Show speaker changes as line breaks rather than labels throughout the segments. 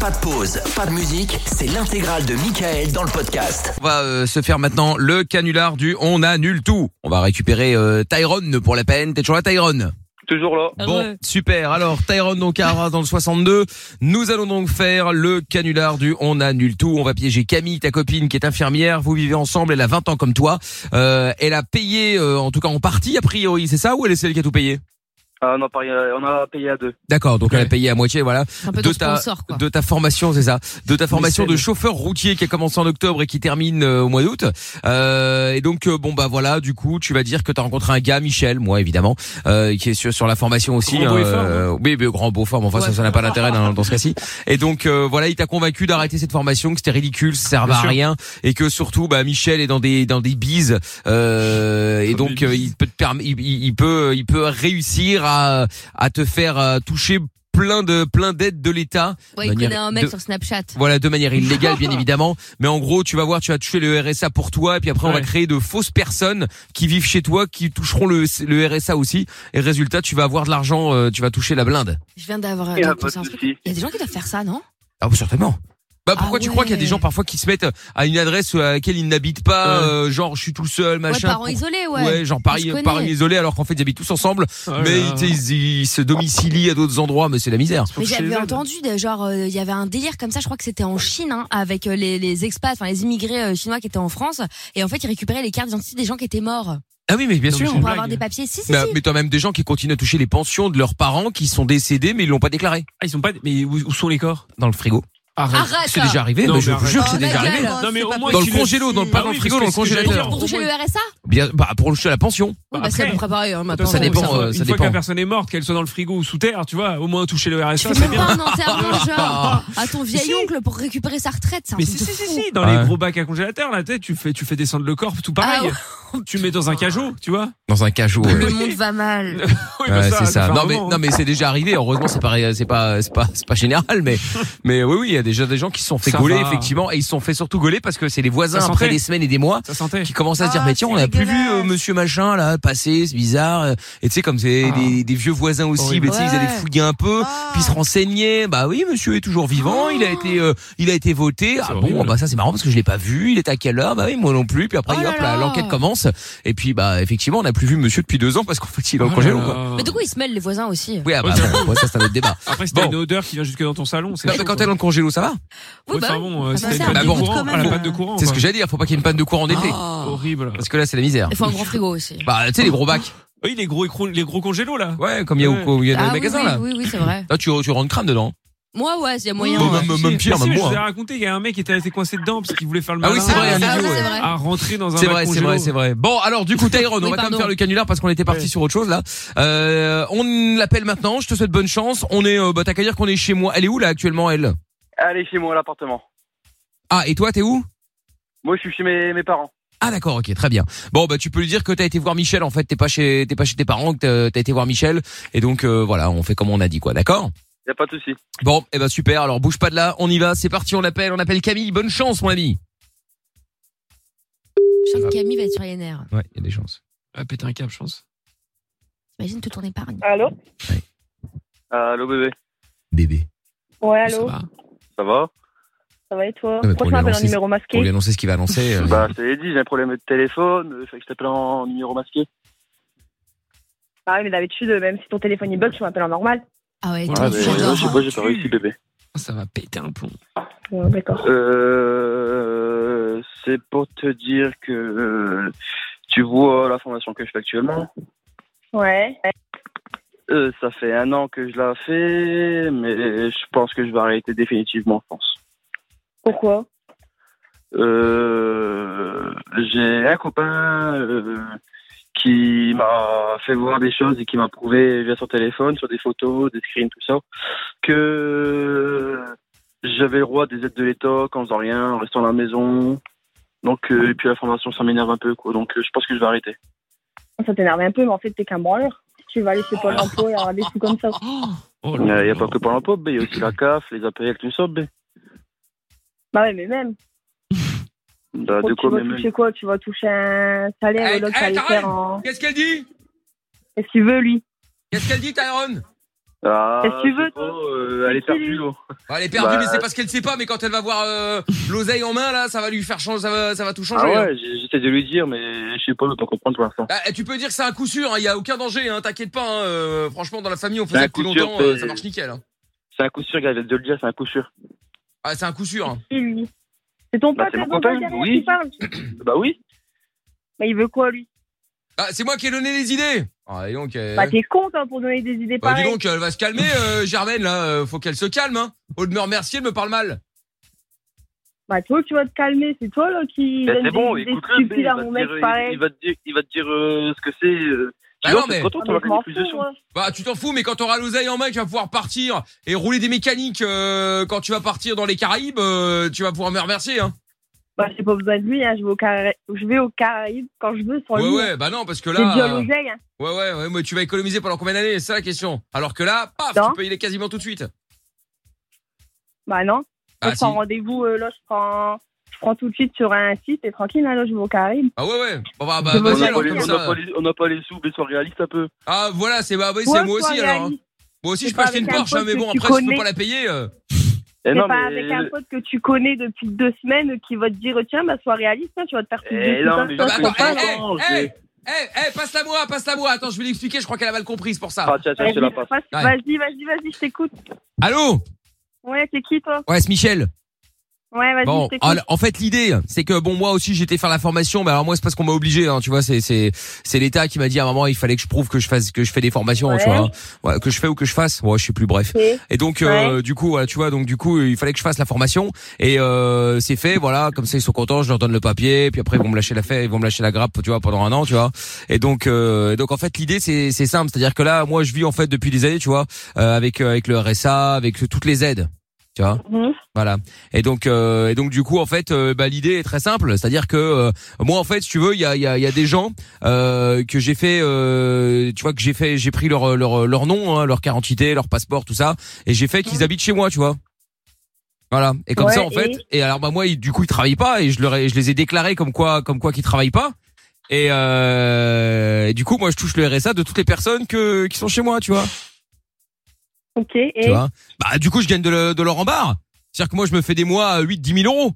Pas de pause, pas de musique, c'est l'intégrale de Michael dans le podcast.
On va euh, se faire maintenant le canular du on annule tout. On va récupérer euh, Tyrone pour la peine. T'es toujours là Tyrone
Toujours là.
Bon,
Heureux.
super. Alors Tyrone donc à Arras dans le 62. Nous allons donc faire le canular du on annule tout. On va piéger Camille, ta copine qui est infirmière. Vous vivez ensemble, elle a 20 ans comme toi. Euh, elle a payé, euh, en tout cas en partie a priori, c'est ça Ou elle est celle qui a tout payé
Ah, on, a payé, on a payé à deux.
D'accord, donc elle a payé à moitié, voilà.
C'est un peu
de
ton
ta,
sponsor, quoi.
de ta formation, c'est ça, de ta formation de chauffeur routier qui a commencé en octobre et qui termine euh, au mois d'août. Euh, et donc euh, bon bah voilà, du coup tu vas dire que t'as rencontré un gars, Michel, moi évidemment, euh, qui est sur, sur la formation aussi.
Grand beau
hein,
et fort,
euh, oui, mais grand beau forme. Enfin ça,
Ouais.
ça n'a pas d'intérêt dans, dans ce cas-ci. Et donc euh, voilà, il t'a convaincu d'arrêter cette formation, que c'était ridicule, ça servait
Bien
à
sûr.
rien, et que surtout bah Michel est dans des dans des bises. Euh, et
Dans
donc
des
euh, il peut te perm- il, il- il peut il peut réussir à à te faire euh, toucher plein de plein d'aides de l'État
Ouais, il
manière
connaît un mec
de-
sur Snapchat.
voilà, de manière illégale, bien évidemment. Mais en gros, tu vas voir, tu vas toucher le RSA pour toi, et puis après, on va
Ouais.
créer de fausses personnes qui vivent chez toi, qui toucheront le, le RSA aussi. Et résultat, tu vas avoir de l'argent, euh, tu vas toucher la blinde.
Je viens d'avoir
Il y a
d'avoir
pas
pensé à
de
un truc.
souci.
Il y a des gens qui doivent faire ça, non
Ah, bah, certainement. Bah,
Ah
pourquoi tu crois qu'il y a des
ouais.
gens parfois qui se mettent euh, à une adresse à laquelle ils n'habitent pas,
Ouais.
euh, genre, je suis tout seul,
Ouais,
machin.
parents
pour-
isolés, ouais.
Ouais, genre Paris,
Je connais.
Paris isolé, alors qu'en fait ils habitent tous ensemble, mais ils, tu sais, ils- ils se domicilient à d'autres endroits, mais c'est la misère.
Mais j'avais entendu, des- genre, euh, il y avait un délire comme ça, je crois que c'était en Chine, hein, avec euh, les, les expats, enfin les immigrés euh, chinois qui étaient en France, et en fait ils récupéraient les cartes d'identité des gens qui étaient morts euh,
Ah oui, mais bien
Non, mais
sûr.
c'est
pour
une blague.
avoir des papiers. Si, si,
Bah,
si.
mais t'as même des gens qui continuent à toucher les pensions de leurs parents qui sont décédés, mais ils l'ont pas déclaré.
Ah, ils sont pas. Mais où, où sont les corps
dans le frigo.
Arrête
C'est déjà arrivé,
Non,
mais
mais
je vous
arrête.
jure que
Oh,
Ah,
c'est
ma
déjà
gueule.
arrivé.
Non, mais au moins
Dans
tu
le congélo, dans le- pas
Ah
dans le
oui,
frigo, dans le
parce que c'est ce que j'allais
congélateur.
Pour
dire.
toucher le RSA
Bien, hein. bah pour le la pension.
Oui,
Bah,
bah c'est à
après-
peu près pareil. Hein, maintenant,
ça
on-
dépend,
on-
euh,
une
ça
fois
dépend.
que la personne est morte, qu'elle soit dans le frigo ou sous terre, tu vois, au moins toucher le
Tu
RSA,
fais
c'est
même
bien.
pas un enterrement, genre,
Ah.
à ton vieil
Si.
oncle pour récupérer sa retraite, c'est un
Mais
truc
si,
de
si, si,
fou.
si, dans
Ouais.
les gros bacs à congélateur, là, tu sais, tu fais, tu fais descendre le corps, tout pareil. Tu le mets dans un cajot, tu vois.
Dans un cajou. ouais.
Le monde va mal.
Oui,
Ouais,
bah
c'est
ça
ça.
fait un
Non mais
moment,
non
hein.
mais c'est déjà arrivé. Heureusement c'est pas c'est pas c'est pas c'est pas général mais mais oui oui il y a déjà des gens qui se sont fait
Ça
gauler
va.
effectivement et ils se sont fait surtout gauler parce que c'est les voisins
Ça
après
sentait.
des semaines et des mois
Ça sentait.
qui commencent à se dire
Ah,
mais tiens on
c'est
a plus vu euh,
dégueulasse.
monsieur machin là passer c'est bizarre et tu sais comme c'est
Ah.
des, des vieux voisins aussi
Horrible.
mais tu sais ils allaient
Ouais.
fouiller un peu
Ah.
puis se renseigner bah oui monsieur est toujours vivant il a été euh, il a été voté ah bon
horrible.
bah ça c'est marrant parce que je l'ai pas vu il était à quelle heure bah oui moi non plus puis après
Oh là
hop là,
là.
l'enquête commence et puis bah effectivement on n'a plus vu monsieur depuis deux ans parce qu'en fait il est au congélo quoi
Mais du coup, ils se mêlent les voisins aussi.
oui ah bah, bon, Oh ouais, ça c'est un autre débat
Après, si t'as
Bon.
une odeur qui vient jusque dans ton salon, c'est
non,
chaud,
mais quand
quoi.
elle est dans le congélo ça va
Oui,
Ouais,
bah
enfin
oui.
bon, euh, si
Bah,
t'as
c'est
une panne
un
de
bon.
courant, ah, la panne de courant,
c'est ce que
quoi.
j'allais dire faut pas qu'il y ait une panne de courant en été
Ah.
Horrible.
parce que là c'est la misère
Il faut un grand frigo aussi.
bah tu sais les gros bacs
Oui, les gros, écrous- les gros congélos, là.
ouais comme il y a au-
Ouais.
au- il y a dans
Ah
les
oui,
magasins
oui,
là
oui, oui, c'est vrai.
Là, tu, tu rentres crame dedans. hein.
Moi, ouais, il y a moyen.
Bon, bah.
ouais.
même- même pire,
Mais
même
si, mais
moi. hein.
Je vous ai raconté, il y a un mec qui était resté coincé dedans parce qu'il voulait faire le
Ah
malin. euh,
oui, c'est vrai,
Ah,
un
ça,
idiot,
c'est
ouais.
vrai.
À rentrer dans un
C'est
bac
vrai, c'est
congélo.
vrai, c'est vrai. Bon, alors du coup, Tyrone, on va quand
Oui,
même
pardon.
faire le canular parce qu'on était parti
Ouais.
sur autre chose là. Euh, on l'appelle maintenant. Je te souhaite bonne chance. On est, euh, bah t'as qu'à dire qu'on est chez moi. Elle est où là actuellement elle
Allez chez moi à l'appartement.
Ah et toi t'es où
Moi, je suis chez mes, mes parents.
Ah d'accord, ok, très bien. Bon bah tu peux lui dire que t'as été voir Michel. En fait, t'es pas chez, t'es pas chez tes parents, que t'as- t'as été voir Michel. Et donc euh, voilà, on fait comme on a dit quoi, d'accord
Y a pas de souci.
Bon, et eh ben super. Alors bouge pas de là, on y va. C'est parti, on l'appelle, on appelle Camille. Bonne chance mon ami.
Je sens que Camille va être sur les nerfs.
Ouais, il y a des chances.
Ah, péter un câble, je pense.
T'imagines toute ton épargne.
Allô
Euh, Allô, bébé.
Bébé.
Ouais,
Ça
allô
va.
Ça va
Ça va et toi
mais pour
Pourquoi tu m'appelles en
relancer-
numéro
Pour lui
masqué
annoncer ce qu'il va annoncer. euh,
Bah, je te l'ai dit, j'ai un problème de téléphone. euh, Fait que je t'appelle en numéro masqué.
Ah oui, mais d'habitude, même si ton téléphone il bug, tu m'appelles en normal.
Ah ouais,
Ouais,
toi,
Ah,
mais
mais
je
j'adore.
sais pas, j'ai pas
Tu-
réussi, bébé.
Oh, Ça va péter un plomb.
Ouais, D'accord.
Euh, c'est pour te dire que euh, tu vois la formation que je fais actuellement.
Ouais.
Euh, ça fait un an que je la fais, mais je pense que je vais arrêter définitivement, je pense.
Pourquoi
Euh, j'ai un copain euh, qui m'a fait voir des choses et qui m'a prouvé via son téléphone, sur des photos, des screens, tout ça, que j'avais le droit à des aides de l'État en faisant rien, en restant à la maison. Donc, euh, et puis la formation, ça m'énerve un peu, quoi. Donc, euh, je pense que je vais arrêter.
Ça t'énerve un peu, mais en fait, t'es qu'un branleur. Tu vas aller chez Pôle
Ah.
emploi et avoir des sous comme ça.
Oh
Il n'y
là
a,
là.
pas que Pôle emploi, mais il y a aussi la CAF, les APL, tout ça, mais.
Bah ouais, mais même.
Bah, de
Oh, tu
quoi,
vas
mais même.
toucher quoi Tu vas toucher un salaire
Eh,
et l'autre,
eh,
ça va aller
Karen
faire en.
Qu'est-ce qu'elle dit
Qu'est-ce qu'il veut, lui
Qu'est-ce qu'elle dit, Tyrone
Ah,
Qu'est-ce que tu
je sais
veux,
pas, euh, Elle est perdue, l'eau.
Bah, elle est perdue,
Bah,
mais c'est parce qu'elle sait pas. Mais quand elle va voir euh, l'oseille en main, là, ça va lui faire changer, ça va, ça va tout
Ah
changer. hein.
ouais, j'ai- j'essaie de lui dire, mais je sais pas, autant comprendre pour l'instant.
Bah, tu peux dire que c'est un coup sûr. Il y a aucun danger. Hein, T'inquiète pas. hein, euh, franchement, dans la famille, on
C'est
faisait
Bah,
ça depuis
un coup sûr,
longtemps. euh,
mais-
ça marche nickel. hein.
C'est un coup sûr, gars, je viens de le dire, c'est un coup sûr.
Ah, c'est un coup sûr. hein.
Qui, lui C'est ton
Bah,
pote,
c'est
là,
mon
ton
copain,
pote derrière
oui.
qui parle
Mm.
Bah oui.
Mais il veut quoi, lui
Ah, c'est moi qui ai donné les idées. Ah, et donc. euh,
Bah, t'es con, toi, pour donner des idées
bah, dis
pareilles.
donc, elle va se calmer, euh, Germaine. Là, euh, faut qu'elle se calme. Hein. Au de me remercier, elle me parle mal.
Bah, toi, tu vas te calmer. C'est toi, là, qui
Bah,
donne
c'est bon,
des idées
écoute-le, mais il
stupides à
va
hein, mon
te
mec,
dire, il-
pareil.
il va te dire, il va te dire euh, ce que c'est. euh.
Bah
Tu vois,
non, mais-
c'est trop tôt,
Ah,
t'en
mais
as
je
des
m'en
plus de
fous,
chance.
moi.
Bah, tu t'en fous, mais quand t'auras l'oseille en main, tu vas pouvoir partir et rouler des mécaniques euh, quand tu vas partir dans les Caraïbes, euh, tu vas pouvoir me remercier. Hein.
Bah, j'ai pas besoin de lui, hein. je, vais au Cara- je vais aux Caraïbes quand je veux sans
Ouais,
lui.
ouais, bah non, parce que
J'ai
là.
déjà
euh,
l'oseille. hein.
Ouais, ouais, ouais, mais tu vas économiser pendant combien d'années C'est ça la question. Alors que là, paf,
Non.
tu peux y aller quasiment tout de suite.
Bah non,
Ah,
je
si.
prends rendez-vous, euh, là je prends... je prends tout de suite sur un site et tranquille, hein, là je vais aux Caraïbes.
Ah ouais, ouais. Bon, bah, bah,
Je me
On
vas-y,
souviens
n'a
alors
pas, les-
comme
on n'a
ça.
pas les- on n'a pas les sous, mais sois réaliste un peu.
Ah, voilà, c'est bah, oui,
Ouais,
c'est moi
sois
aussi alors. hein.
réaliste.
Moi aussi,
C'est
je peux acheter
pas
une
avec un
Porsche, hein,
pote
mais
que
bon,
tu
après, si je peux
connais.
pas la payer. euh,
Eh
C'est
non,
pas
mais-
avec un pote que tu connais depuis deux semaines qui va te dire tiens, bah sois réaliste, hein, tu vas te faire tout
Eh non, mais
Ah, bah,
je
attends,
comprends,
eh,
je-
eh, eh, eh, eh, passe-la moi, passe-la moi. Attends, je vais l'expliquer, je crois qu'elle a mal comprise pour ça.
Ah, tiens, tiens, je te la passe.
Ouais.
Vas-y, vas-y, vas-y, je t'écoute.
Allô
Ouais, c'est qui toi
Ouais, c'est Michel.
Ouais, vas-y,
Bon,
je t'écoute.
en, en fait l'idée, c'est que bon moi aussi j'étais faire la formation, mais alors moi c'est parce qu'on m'a obligé, hein, tu vois, c'est c'est c'est l'État qui m'a dit à un moment il fallait que je prouve que je fasse que je fais des formations, tu
Ouais.
vois, hein. Ouais, que je fais ou que je fasse, ouais je sais plus bref.
Ok.
Et donc euh, du coup voilà, tu vois donc du coup il fallait que je fasse la formation et euh, c'est fait voilà comme ça ils sont contents, je leur donne le papier, puis après ils vont me lâcher la fête, ils vont me lâcher la grappe, tu vois pendant un an, tu vois. Et donc euh, et donc en fait l'idée c'est c'est simple, c'est-à-dire que là moi je vis en fait depuis des années, tu vois, euh, avec euh, avec le RSA, avec toutes les aides, tu vois.
Mhm.
Voilà. Et donc, euh, et donc du coup, en fait, euh, bah, l'idée est très simple, c'est-à-dire que euh, moi, en fait, si tu veux, il y a, il y, a, il y a des gens euh, que j'ai fait, euh, tu vois, que j'ai fait, j'ai pris leur leur leur nom, hein, leur carte d'identité, leur passeport, tout ça, et j'ai fait qu'ils habitent chez moi, tu vois. Voilà. Et comme
Ouais,
ça, en fait, et, alors bah moi, ils- du coup, ils travaillent pas, et je leur ai- je les ai déclarés comme quoi, comme quoi qu'ils travaillent pas. Et, euh, et du coup, moi, je touche le RSA de toutes les personnes que qui sont chez moi, tu vois.
Ok, et
Tu vois. Bah, du coup, je gagne de, le- de l'or en barre. C'est-à-dire que moi, je me fais des mois à 8 10 000 euros.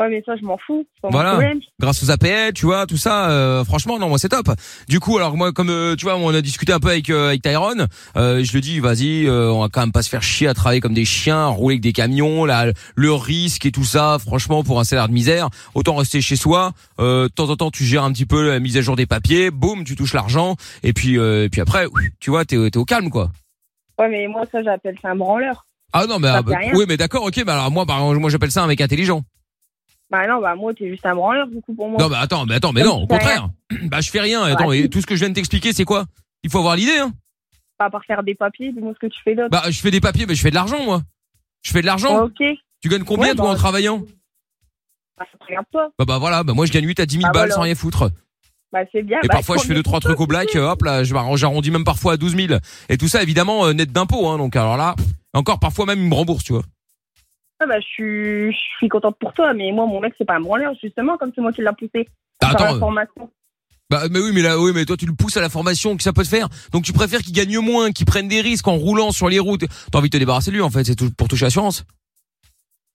ouais, mais ça je m'en fous, c'est pas
Voilà.
mon problème.
grâce aux APL, tu vois, tout ça. euh, franchement, non, moi c'est top. Du coup, alors moi, comme euh, tu vois, on a discuté un peu avec euh, avec Tyron. euh, je le dis, vas-y, euh, on va quand même pas se faire chier à travailler comme des chiens, à rouler avec des camions, là, le risque et tout ça. Franchement, pour un salaire de misère, autant rester chez soi. Euh, de temps en temps, tu gères un petit peu la mise à jour des papiers. Boum, tu touches l'argent. Et puis, euh, et puis après, ouf, tu vois, t'es t'es au calme, quoi.
Ouais, mais moi ça j'appelle ça un branleur.
Ah non, mais
Ça
ah,
fait
bah,
rien.
oui, mais d'accord, ok. Mais alors moi, bah, moi, j'appelle ça un mec intelligent.
Bah non, bah moi t'es juste un branleur du coup pour moi.
Non, mais attends, mais attends, mais non, au
Comme ça,
contraire. Bah, je fais rien. Attends,
Ouais.
et tout ce que je viens de t'expliquer, c'est quoi Il faut avoir l'idée. Hein.
Pas par faire des papiers, dis-moi ce que tu fais d'autre.
Bah, je fais des papiers, mais je fais de l'argent, moi. Je fais de l'argent.
ok,
Tu gagnes combien,
Ouais,
toi,
bah,
en travaillant
bah ça te regarde pas.
Bah, bah voilà, bah, moi, je gagne 8 à 10 000
Ah,
balles
voilà.
sans rien foutre.
Bah c'est bien.
Et
Bah,
parfois, je fais
combien
deux, trois trucs au black, euh, hop là, je m'arrange- j'arrondis même parfois à 12 000. Et tout ça, évidemment, euh, net d'impôts, hein. Donc, alors là, encore parfois même, ils me remboursent, tu vois.
Ah bah, je, suis, je suis contente pour toi, mais moi, mon mec, c'est pas un branleur, justement, comme c'est moi qui l'a poussé.
Bah,
par
attends,
la
euh,
formation.
bah, mais oui, mais là, oui, mais toi, tu le pousses à la formation, que ça peut te faire. Donc, tu préfères qu'il gagne moins, qu'il prenne des risques en roulant sur les routes. T'as envie de te débarrasser de lui, en fait, c'est tout pour toucher assurance.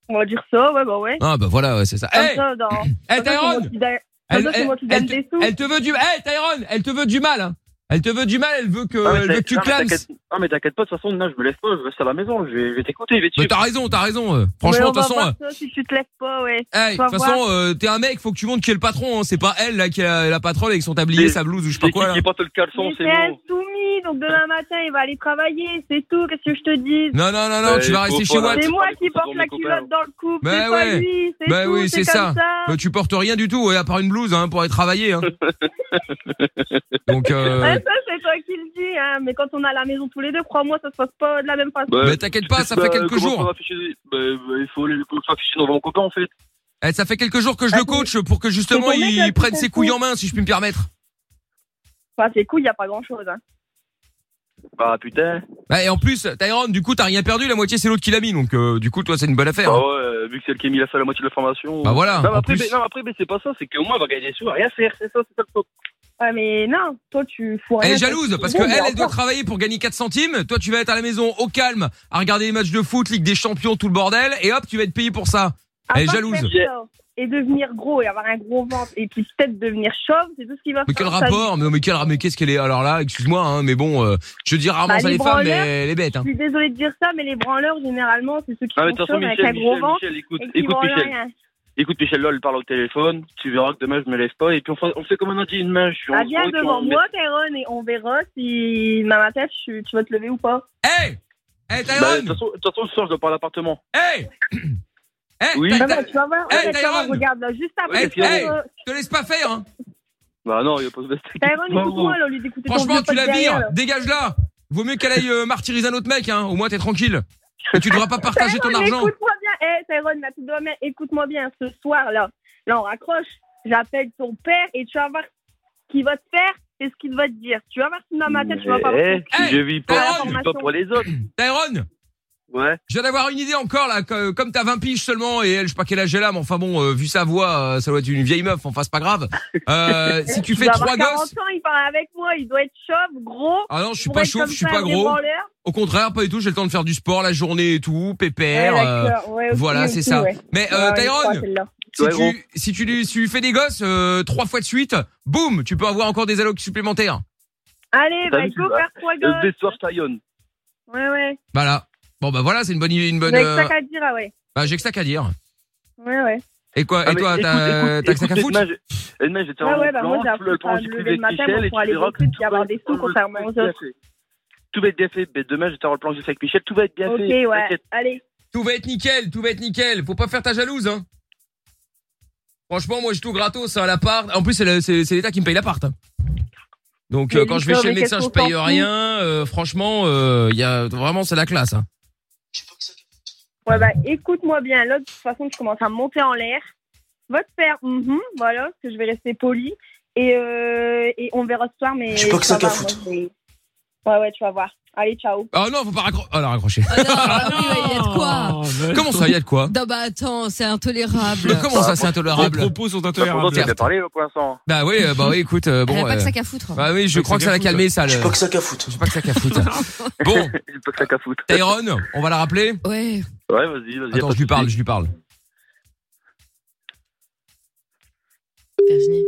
On va dire ça, ouais, bah ouais.
Ah, bah voilà, ouais, c'est ça.
Comme
Eh,
ça, dans. comme
eh,
ça, c'est moi
Tyrone
qui da-
Elle,
Comme ça, c'est
elle-
moi qui
elle
donne
te,
des sous.
elle te veut du mal. Hey, Tyrone, elle te veut du mal. hein. Elle te veut du mal. Elle veut que,
Ah, mais
elle veut
t'as-
que tu
non, mais
clames.
t'inquiète- Ah, mais t'inquiète pas, de toute façon, non, je me lève pas, je reste à la maison, je vais, je vais t'écouter, je vais te
Mais
suivre.
t'as raison, t'as raison. euh.
Mais
Franchement,
on
de toute
va
façon,
voir ça, si tu te lèves pas, ouais.
euh, hey, de
va
toute façon, euh, t'es un mec, faut que tu montres qui est le patron. hein. C'est pas elle là qui a la patronne avec son tablier,
C'est-
sa blouse ou je sais
C'est
pas
qui
quoi. Là.
qui porte le caleçon,
Mais
c'est
c'est
bon.
insoumis, donc demain matin, il va aller travailler, c'est tout, qu'est-ce que je te dis
Non, non, non, non,
Ouais,
tu vas
faut-
rester
faut
chez
la-
moi.
C'est
tu
moi
parles
qui
des
porte
coupons de
la
mes copains,
culotte dans le couple,
Bah
c'est pas
ouais.
lui, c'est
Bah
tout,
oui, c'est
c'est comme
ça.
ça.
Bah, tu portes rien du tout, ouais, à part une blouse hein, pour aller travailler. Hein. Donc, euh,
Ouais, Eh, ça, c'est toi qui le dis, hein, mais quand on est à la maison tous les deux, crois-moi, ça se passe pas de la même façon.
Bah,
mais t'inquiète pas, ça
bah,
fait quelques
comment ça
jours.
va afficher- bah, bah, il faut les- faut s'afficher devant mon copain, en fait.
Eh, Ça fait quelques jours que je le
Bah,
coach pour que justement
c'est ton mec,
il
là, qui
prenne
s'en
ses
fout.
couilles en main, si je puis me permettre.
Enfin, c'est cool, il n'y a pas grand-chose. Hein.
Bah, putain.
Bah, et en plus, Tyron, du coup, t'as rien perdu, la moitié c'est l'autre qui l'a mis, donc euh, du coup, toi, c'est une bonne affaire.
Bah ouais, euh, vu que c'est le Kémy, il a fait la moitié de la formation.
hein.
Oh.
Bah voilà,
Non, mais
en
après,
plus.
mais- non, mais après, mais c'est pas ça, c'est qu'au moins, il va gagner des sous à rien faire, c'est ça, c'est ça le truc.
Ouais, mais non, toi, tu fous rien.
Elle est jalouse parce que
Bon, mais
elle, elle doit
encore.
travailler pour gagner 4 centimes. Toi, tu vas être à la maison au calme à regarder les matchs de foot, Ligue des Champions, tout le bordel, et hop, tu vas être payé pour ça.
À
Elle est
part
jalouse.
faire ça Et devenir gros et avoir un gros ventre et puis peut-être devenir chauve, c'est tout ce qui va
Mais quel
faire.
rapport hein Mais, mais quel mais qu'est-ce qu'elle est Alors là, excuse-moi, hein, mais bon, euh, je dis rarement
Bah,
ça
les
les femmes, mais
branleurs,
elle est bête.
Je
Hein.
suis désolée de dire ça, mais les branleurs, généralement, c'est ceux qui
Ah, mais
sont
de toute
chauves
façon,
avec
Michel,
un gros
Michel,
ventre
Michel, écoute,
et qui
écoute,
branlent
Michel.
rien.
Écoute, Michel, là, elle parle au téléphone. Tu verras que demain, je me lève pas. Et puis, on fait, on fait comme on a dit, une main. Je suis
Ah,
en
viens
gros, tu
devant
vois,
moi, Tyrone, et on verra si dans ma tête, tu tu vas te lever ou pas.
Hey Hey,
mais- Bah, De toute
Tyrone
façon, de toute façon, ce soir, je dois pas à l'appartement.
Hey Hey,
Oui.
Ty-
Non,
Ty-
non, tu vas voir,
Hey,
regarde,
Tyrone.
comment on regarde là, juste après.
Hey,
je pense,
hey.
euh,
te laisse pas faire. Hein.
Bah, non, il y a pas de
Tyrone,
Non,
écoute-moi là, au lieu d'écouter ton
Franchement,
vieux
tu
pote
la
derrière,
vires,
là.
dégage-la. Vaut mieux qu'elle aille euh, martyriser un autre mec, hein. au moins t'es tranquille. Et tu devras pas partager ton
Tyrone,
argent.
Écoute-moi bien, hey, Tyrone, ma petite doigt, écoute-moi bien. Ce soir, là, là, on raccroche. J'appelle ton père et tu vas voir ce qu'il va te faire et ce qu'il va te dire. Tu vas voir si dans ma tête, tu vas pas.
Eh, si
Hey,
je vis pas,
Tyrone.
je vis pas pour les autres.
Tyrone,
Ouais.
je viens d'avoir une idée encore là, que- comme t'as 20 piges seulement et elle, je sais pas quel âge elle a, mais enfin bon, euh, vu sa voix, euh, ça doit être une vieille meuf, enfin c'est pas grave. Euh, si tu fais
dois avoir
trois
40
gosses,
ans, il parle avec moi, il doit être chauve, gros.
ah non, je suis
pour
pas
être
chauve,
comme
je suis
ça,
pas
un
gros.
branleur.
Au contraire, pas du tout, j'ai le temps de faire du sport la journée et tout,
Ouais,
pépère. euh,
d'accord, ouais, aussi,
voilà, c'est
aussi,
ça.
ouais.
Mais euh,
Ouais, ouais, je
Tyrone,
crois, celle-là.
si
Ouais, gros.
tu, si, tu lui, si tu fais des gosses euh, trois fois de suite, boum, tu peux avoir encore des allocs supplémentaires.
Allez,
T'as
bah,
vu,
go
bah,
faire trois
Euh,
gosses.
Dès ce soir, je taillonne.
Ouais, ouais.
Voilà. Bon bah voilà, c'est une bonne idée, une bonne.
Avec
euh,
ça qu'à dire, ah ouais.
bah, j'ai que ça qu'à dire.
Ouais, ouais.
Et quoi
Ah,
Et
mais
toi,
écoute,
t'as
écoute,
t'as que ça qu'à
écoute,
foutre
Edna, je- euh, Edna, je vais te
Ouais,
rendre
ouais,
mon
bah moi,
plan,
j'ai
tu le
appris
prends,
à
j'ai
me
pris
lever le
avec
matin
Michel,
pour
et tu
pouvoir aller
verras
bosser,
que
puis avoir
tout
des sous,
va être
contrairement aux
bien
autres.
fait. Tout va être bien fait, mais demain je vais te rendre le plan juste avec Michel, tout va être bien
Ok,
fait.
ouais.
t'inquiète.
Allez.
Tout va être nickel, tout va être nickel. Faut pas faire ta jalouse, hein. Franchement, moi, j'ai tout gratos hein, à l'appart. En plus, c'est le- c'est c'est l'État qui me paye l'appart. hein. Donc,
Mais
euh, quand je vais
Victor,
chez le
mais
médecin,
qu'est-ce
je
qu'on
paye
s'en
rien. Euh, franchement, euh, il y a vraiment, c'est la classe. hein.
Ouais, bah, écoute-moi bien. Là, de toute façon, je commence à monter en l'air. Va te faire, mhm, voilà, parce que je vais rester poli. Et, euh, et on verra ce soir, mais.
J'ai pas que
tu
ça
vas
qu'à
voir, moi, je vais- Ouais, ouais, tu vas voir. Allez, ciao.
Ah non, faut pas raccro- ah, là, raccrocher.
Ah non, ah non, il y a de quoi
Comment ça, il y a de quoi
Non, bah attends, c'est intolérable.
Mais comment ça, c'est
Les
intolérable
propos sont
Bah, pourtant,
intolérables.
tu as bien parlé là, pour l'instant.
Bah oui, euh, bah oui, écoute, euh,
Elle a
bon.
pas que
euh,
ça qu'à foutre.
Bah oui, je
Pas que
crois
ça
que ça l'a
qu'à foutre.
calmé, ça. le-
J'ai pas que ça qu'à foutre.
J'ai pas que ça qu'à foutre. Bon,
J'ai pas que ça qu'à foutre.
Tyrone, on va la rappeler.
Ouais.
Ouais, vas-y, vas-y.
Attends, je lui parle, je lui parle.
Virginie.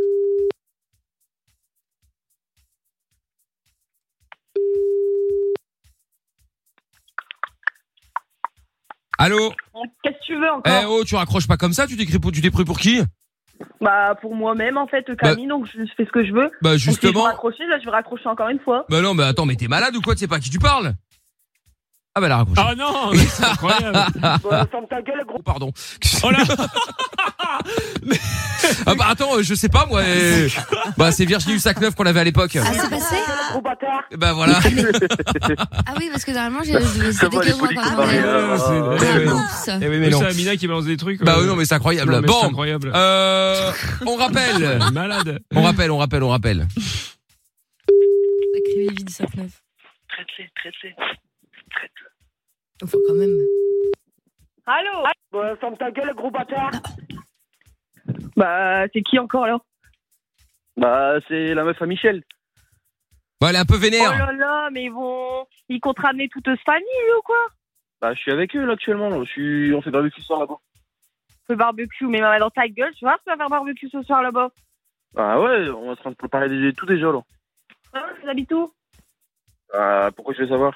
Allô
Oh.
Qu'est-ce que tu veux
Eh
encore
oh, tu raccroches pas comme ça, tu t'es pris pour, tu t'es pris pour qui
Bah, pour moi-même, en fait, Camille, donc je fais ce que je veux.
Bah
Donc, si je veux
justement.
raccrocher, là, je vais raccrocher encore une fois.
Bah non, mais attends, mais t'es malade ou quoi Tu sais pas à qui tu parles Ah bah la raccroche.
Ah non, mais c'est incroyable.
Bah, ferme ta gueule, gros.
Oh, pardon.
Oh là,
Ah bah attends, euh, je sais pas moi. euh, Bah c'est Virginie du sac neuf qu'on avait à l'époque.
Ah, c'est passé
Gros bâtard.
Bah voilà.
Ah oui, parce que normalement,
Bah,
j'ai c'était
Ça va, les
quasiment
politiques,
pas
ça va,
parlé.
euh,
C'est-
euh,
Eh oui, non.
Oups.
Eh oui, mais
mais
non.
c'est Amina qui balance des trucs.
Bah
euh,
non, mais c'est incroyable.
non, mais c'est
bon,
incroyable.
euh, on rappelle.
Malade.
On rappelle, on rappelle, on rappelle.
Sacré Vivi du 59. Traite-le, traite-le. Enfin, quand même.
Allô Ah, bah, ferme ta gueule, gros bâtard. Bah, c'est qui encore, là
Bah, c'est la meuf à Michel.
Bah elle est un peu
Oh
vénère.
là là, mais ils vont. Ils comptent ramener toute cette famille ou quoi
Bah, je suis avec eux là actuellement. là. Je suis... On fait barbecue ce soir là-bas.
Le barbecue, mais maman, dans ta gueule, tu vois, tu vas faire barbecue ce soir là-bas.
Bah, ouais, on va se rendre préparer des... tout déjà là.
Hein, vous habitez où
Bah, pourquoi je veux savoir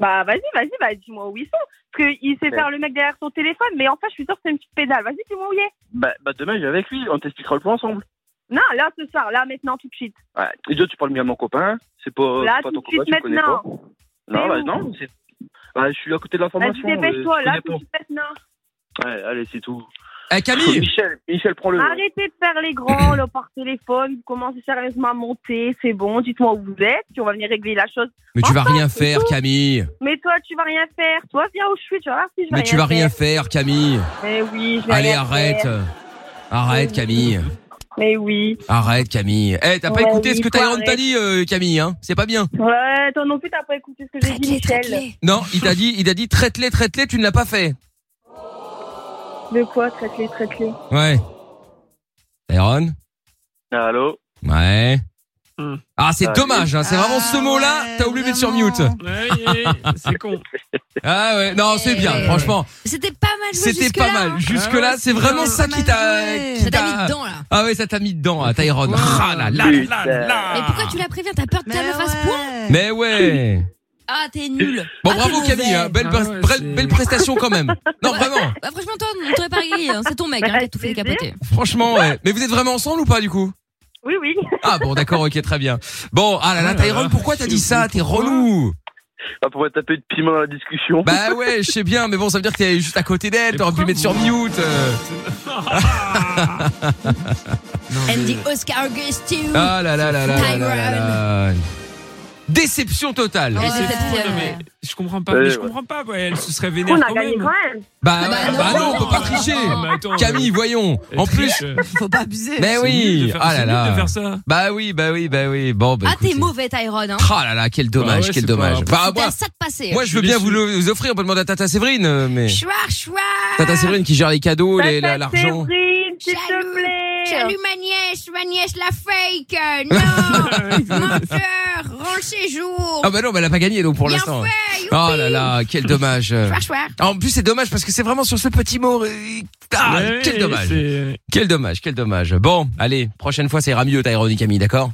Bah, vas-y, vas-y, bah, dis-moi où ils sont. Parce qu'il sait
Ouais.
faire le mec derrière son téléphone, mais enfin, je suis sûre que c'est une petite pédale. Vas-y, dis-moi où il est.
bah, bah, demain, j'ai avec lui. On t'expliquera le plan ensemble.
Non, là, ce soir, là, maintenant, tout de suite.
Ouais. Et toi, tu parles bien à mon copain. C'est pas,
Là,
c'est pas
tout
ton
de suite,
copain, tu le connais
maintenant.
pas. Non, bah,
où
non. c'est- Bah, je suis à côté de la
Vas-y,
formation.
dépêche-toi,
euh, je
là,
connais
tout de suite, maintenant.
pas. Ouais, allez, c'est tout.
Eh Camille
Michel, Michel, prends-le.
Arrêtez de faire les grands, là, par téléphone. Vous commencez sérieusement à monter, c'est bon. Dites-moi où vous êtes, puis on va venir régler la chose.
Mais tu vas rien faire Camille.
Mais toi, tu vas rien faire. Toi, viens où je suis, tu vas voir si je vais
Mais tu vas rien
faire.
faire Camille.
Mais oui, je vais
Allez
rien
arrête.
faire.
Arrête Camille.
Mais oui.
Arrête Camille. Eh, t'as pas
Ouais,
écouté
oui,
ce que
faut
Tyrone t'a dit euh, Camille hein C'est pas bien.
Ouais, toi non plus, t'as pas écouté ce que j'ai dit,
Traite-les,
Michel.
traite-les.
Non, il t'a dit il t'a dit traite-les traite-les, tu ne l'as pas fait.
De quoi traite-les, traite-les
Ouais. Tyrone
Allô
Ouais. Ah, c'est dommage, hein, c'est vraiment ce mot-là,
Ah,
t'as oublié de mettre sur mute.
c'est con.
Ah ouais, non, c'est bien, franchement.
C'était pas mal joué
C'était
jusque-là,
pas
hein.
mal. Jusque-là, c'est vraiment ça qui t'a. qui
Ça t'a
t'a-
mis dedans, là.
Ah ouais, ça t'a mis dedans, à Tyrone. Ah là là là là.
Mais pourquoi tu la préviens T'as peur que ta meuf fasse point
Mais ouais.
Ah, t'es nul.
Bon,
Ah,
bravo
t'es
Camille, hein.
mauvaise.
belle, pres- belle, belle prestation quand même. Non, vraiment.
Bah, franchement, toi, on t'aurait pas grillé. hein. C'est ton mec, hein, t'as tout fait capoter.
Franchement, ouais. Mais vous êtes vraiment ensemble ou pas du coup
Oui, oui.
Ah bon, d'accord, ok, très bien. Bon, ah là là, Tyrone, pourquoi t'as dit ça T'es relou.
Ah, pour taper de piment dans la discussion.
Bah ouais, je sais bien, mais bon, ça veut dire que t'es juste à côté d'elle, t'aurais pu le mettre sur mute. euh.
Andy Oscar Augustus.
Ah là là là là là là là là. Déception totale.
Ah Ouais,
c'est
cette
fou,
fière,
non, mais je comprends
Euh,
pas, mais je comprends pas, ouais, elle se serait vénère
On a
quand
gagné
même.
quand même.
Bah,
Ah bah
ouais,
non.
bah non, on peut pas tricher.
Ah, mais attends,
Camille, voyons.
elle
En plus,
triche, euh,
Faut pas abuser.
mais
c'est nul de
oui.
faire-
Ah
c'est
là
nul de
là.
faire ça.
Bah oui, bah oui, bah oui. Bon, bah
Ah, t'es
écoutez.
mauvais, Tyrone. Hein.
Ah là là, quel dommage,
Bah ouais,
quel
c'est
dommage. Bah,
T'as
moi,
ça de passer. hein.
moi, je veux bien vous le- vous offrir. On peut demander à Tata Séverine, euh, mais
Chouard, chouard.
Tata Séverine qui gère les cadeaux, les- la-
Tata
Oh l'argent.
Séverine, s'il
Jaloux.
te plaît.
Salut ma nièce, ma nièce la fake. Non, menteur, rends le séjour.
Ah bah non, bah elle a pas gagné donc pour
Bien
l'instant.
fait, youpi.
Oh là là, quel dommage.
Chouard, chouard.
Ah, En plus, c'est dommage parce que c'est vraiment sur ce petit mot. euh, Ah,
Ouais,
quel dommage.
c'est-
Quel dommage, quel dommage. Bon, allez, prochaine fois, ça ira mieux, Tyrone et Camille, d'accord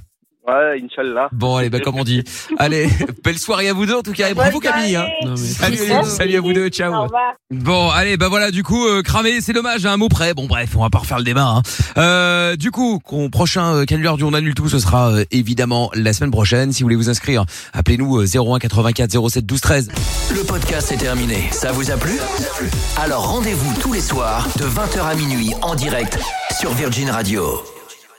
Ouais, Inch'Allah.
Bon, allez, bah, comme on dit. Allez, belle soirée à vous deux, en tout cas, et bravo Camille. hein.
Non, mais-
Salut, allez, salut à vous deux,
Au
ciao.
revoir.
Bon, allez, bah voilà, du coup, euh, cramé, c'est dommage, à un mot près. Bon, bref, on va pas refaire le débat. hein. Euh, du coup, qu'on prochain euh, canular du On annule tout, ce sera euh, évidemment la semaine prochaine. Si vous voulez vous inscrire, appelez-nous euh, 01 84 07 12 13.
Le podcast est terminé. Ça vous a plu Alors rendez-vous tous les soirs de 20h à minuit en direct sur Virgin Radio.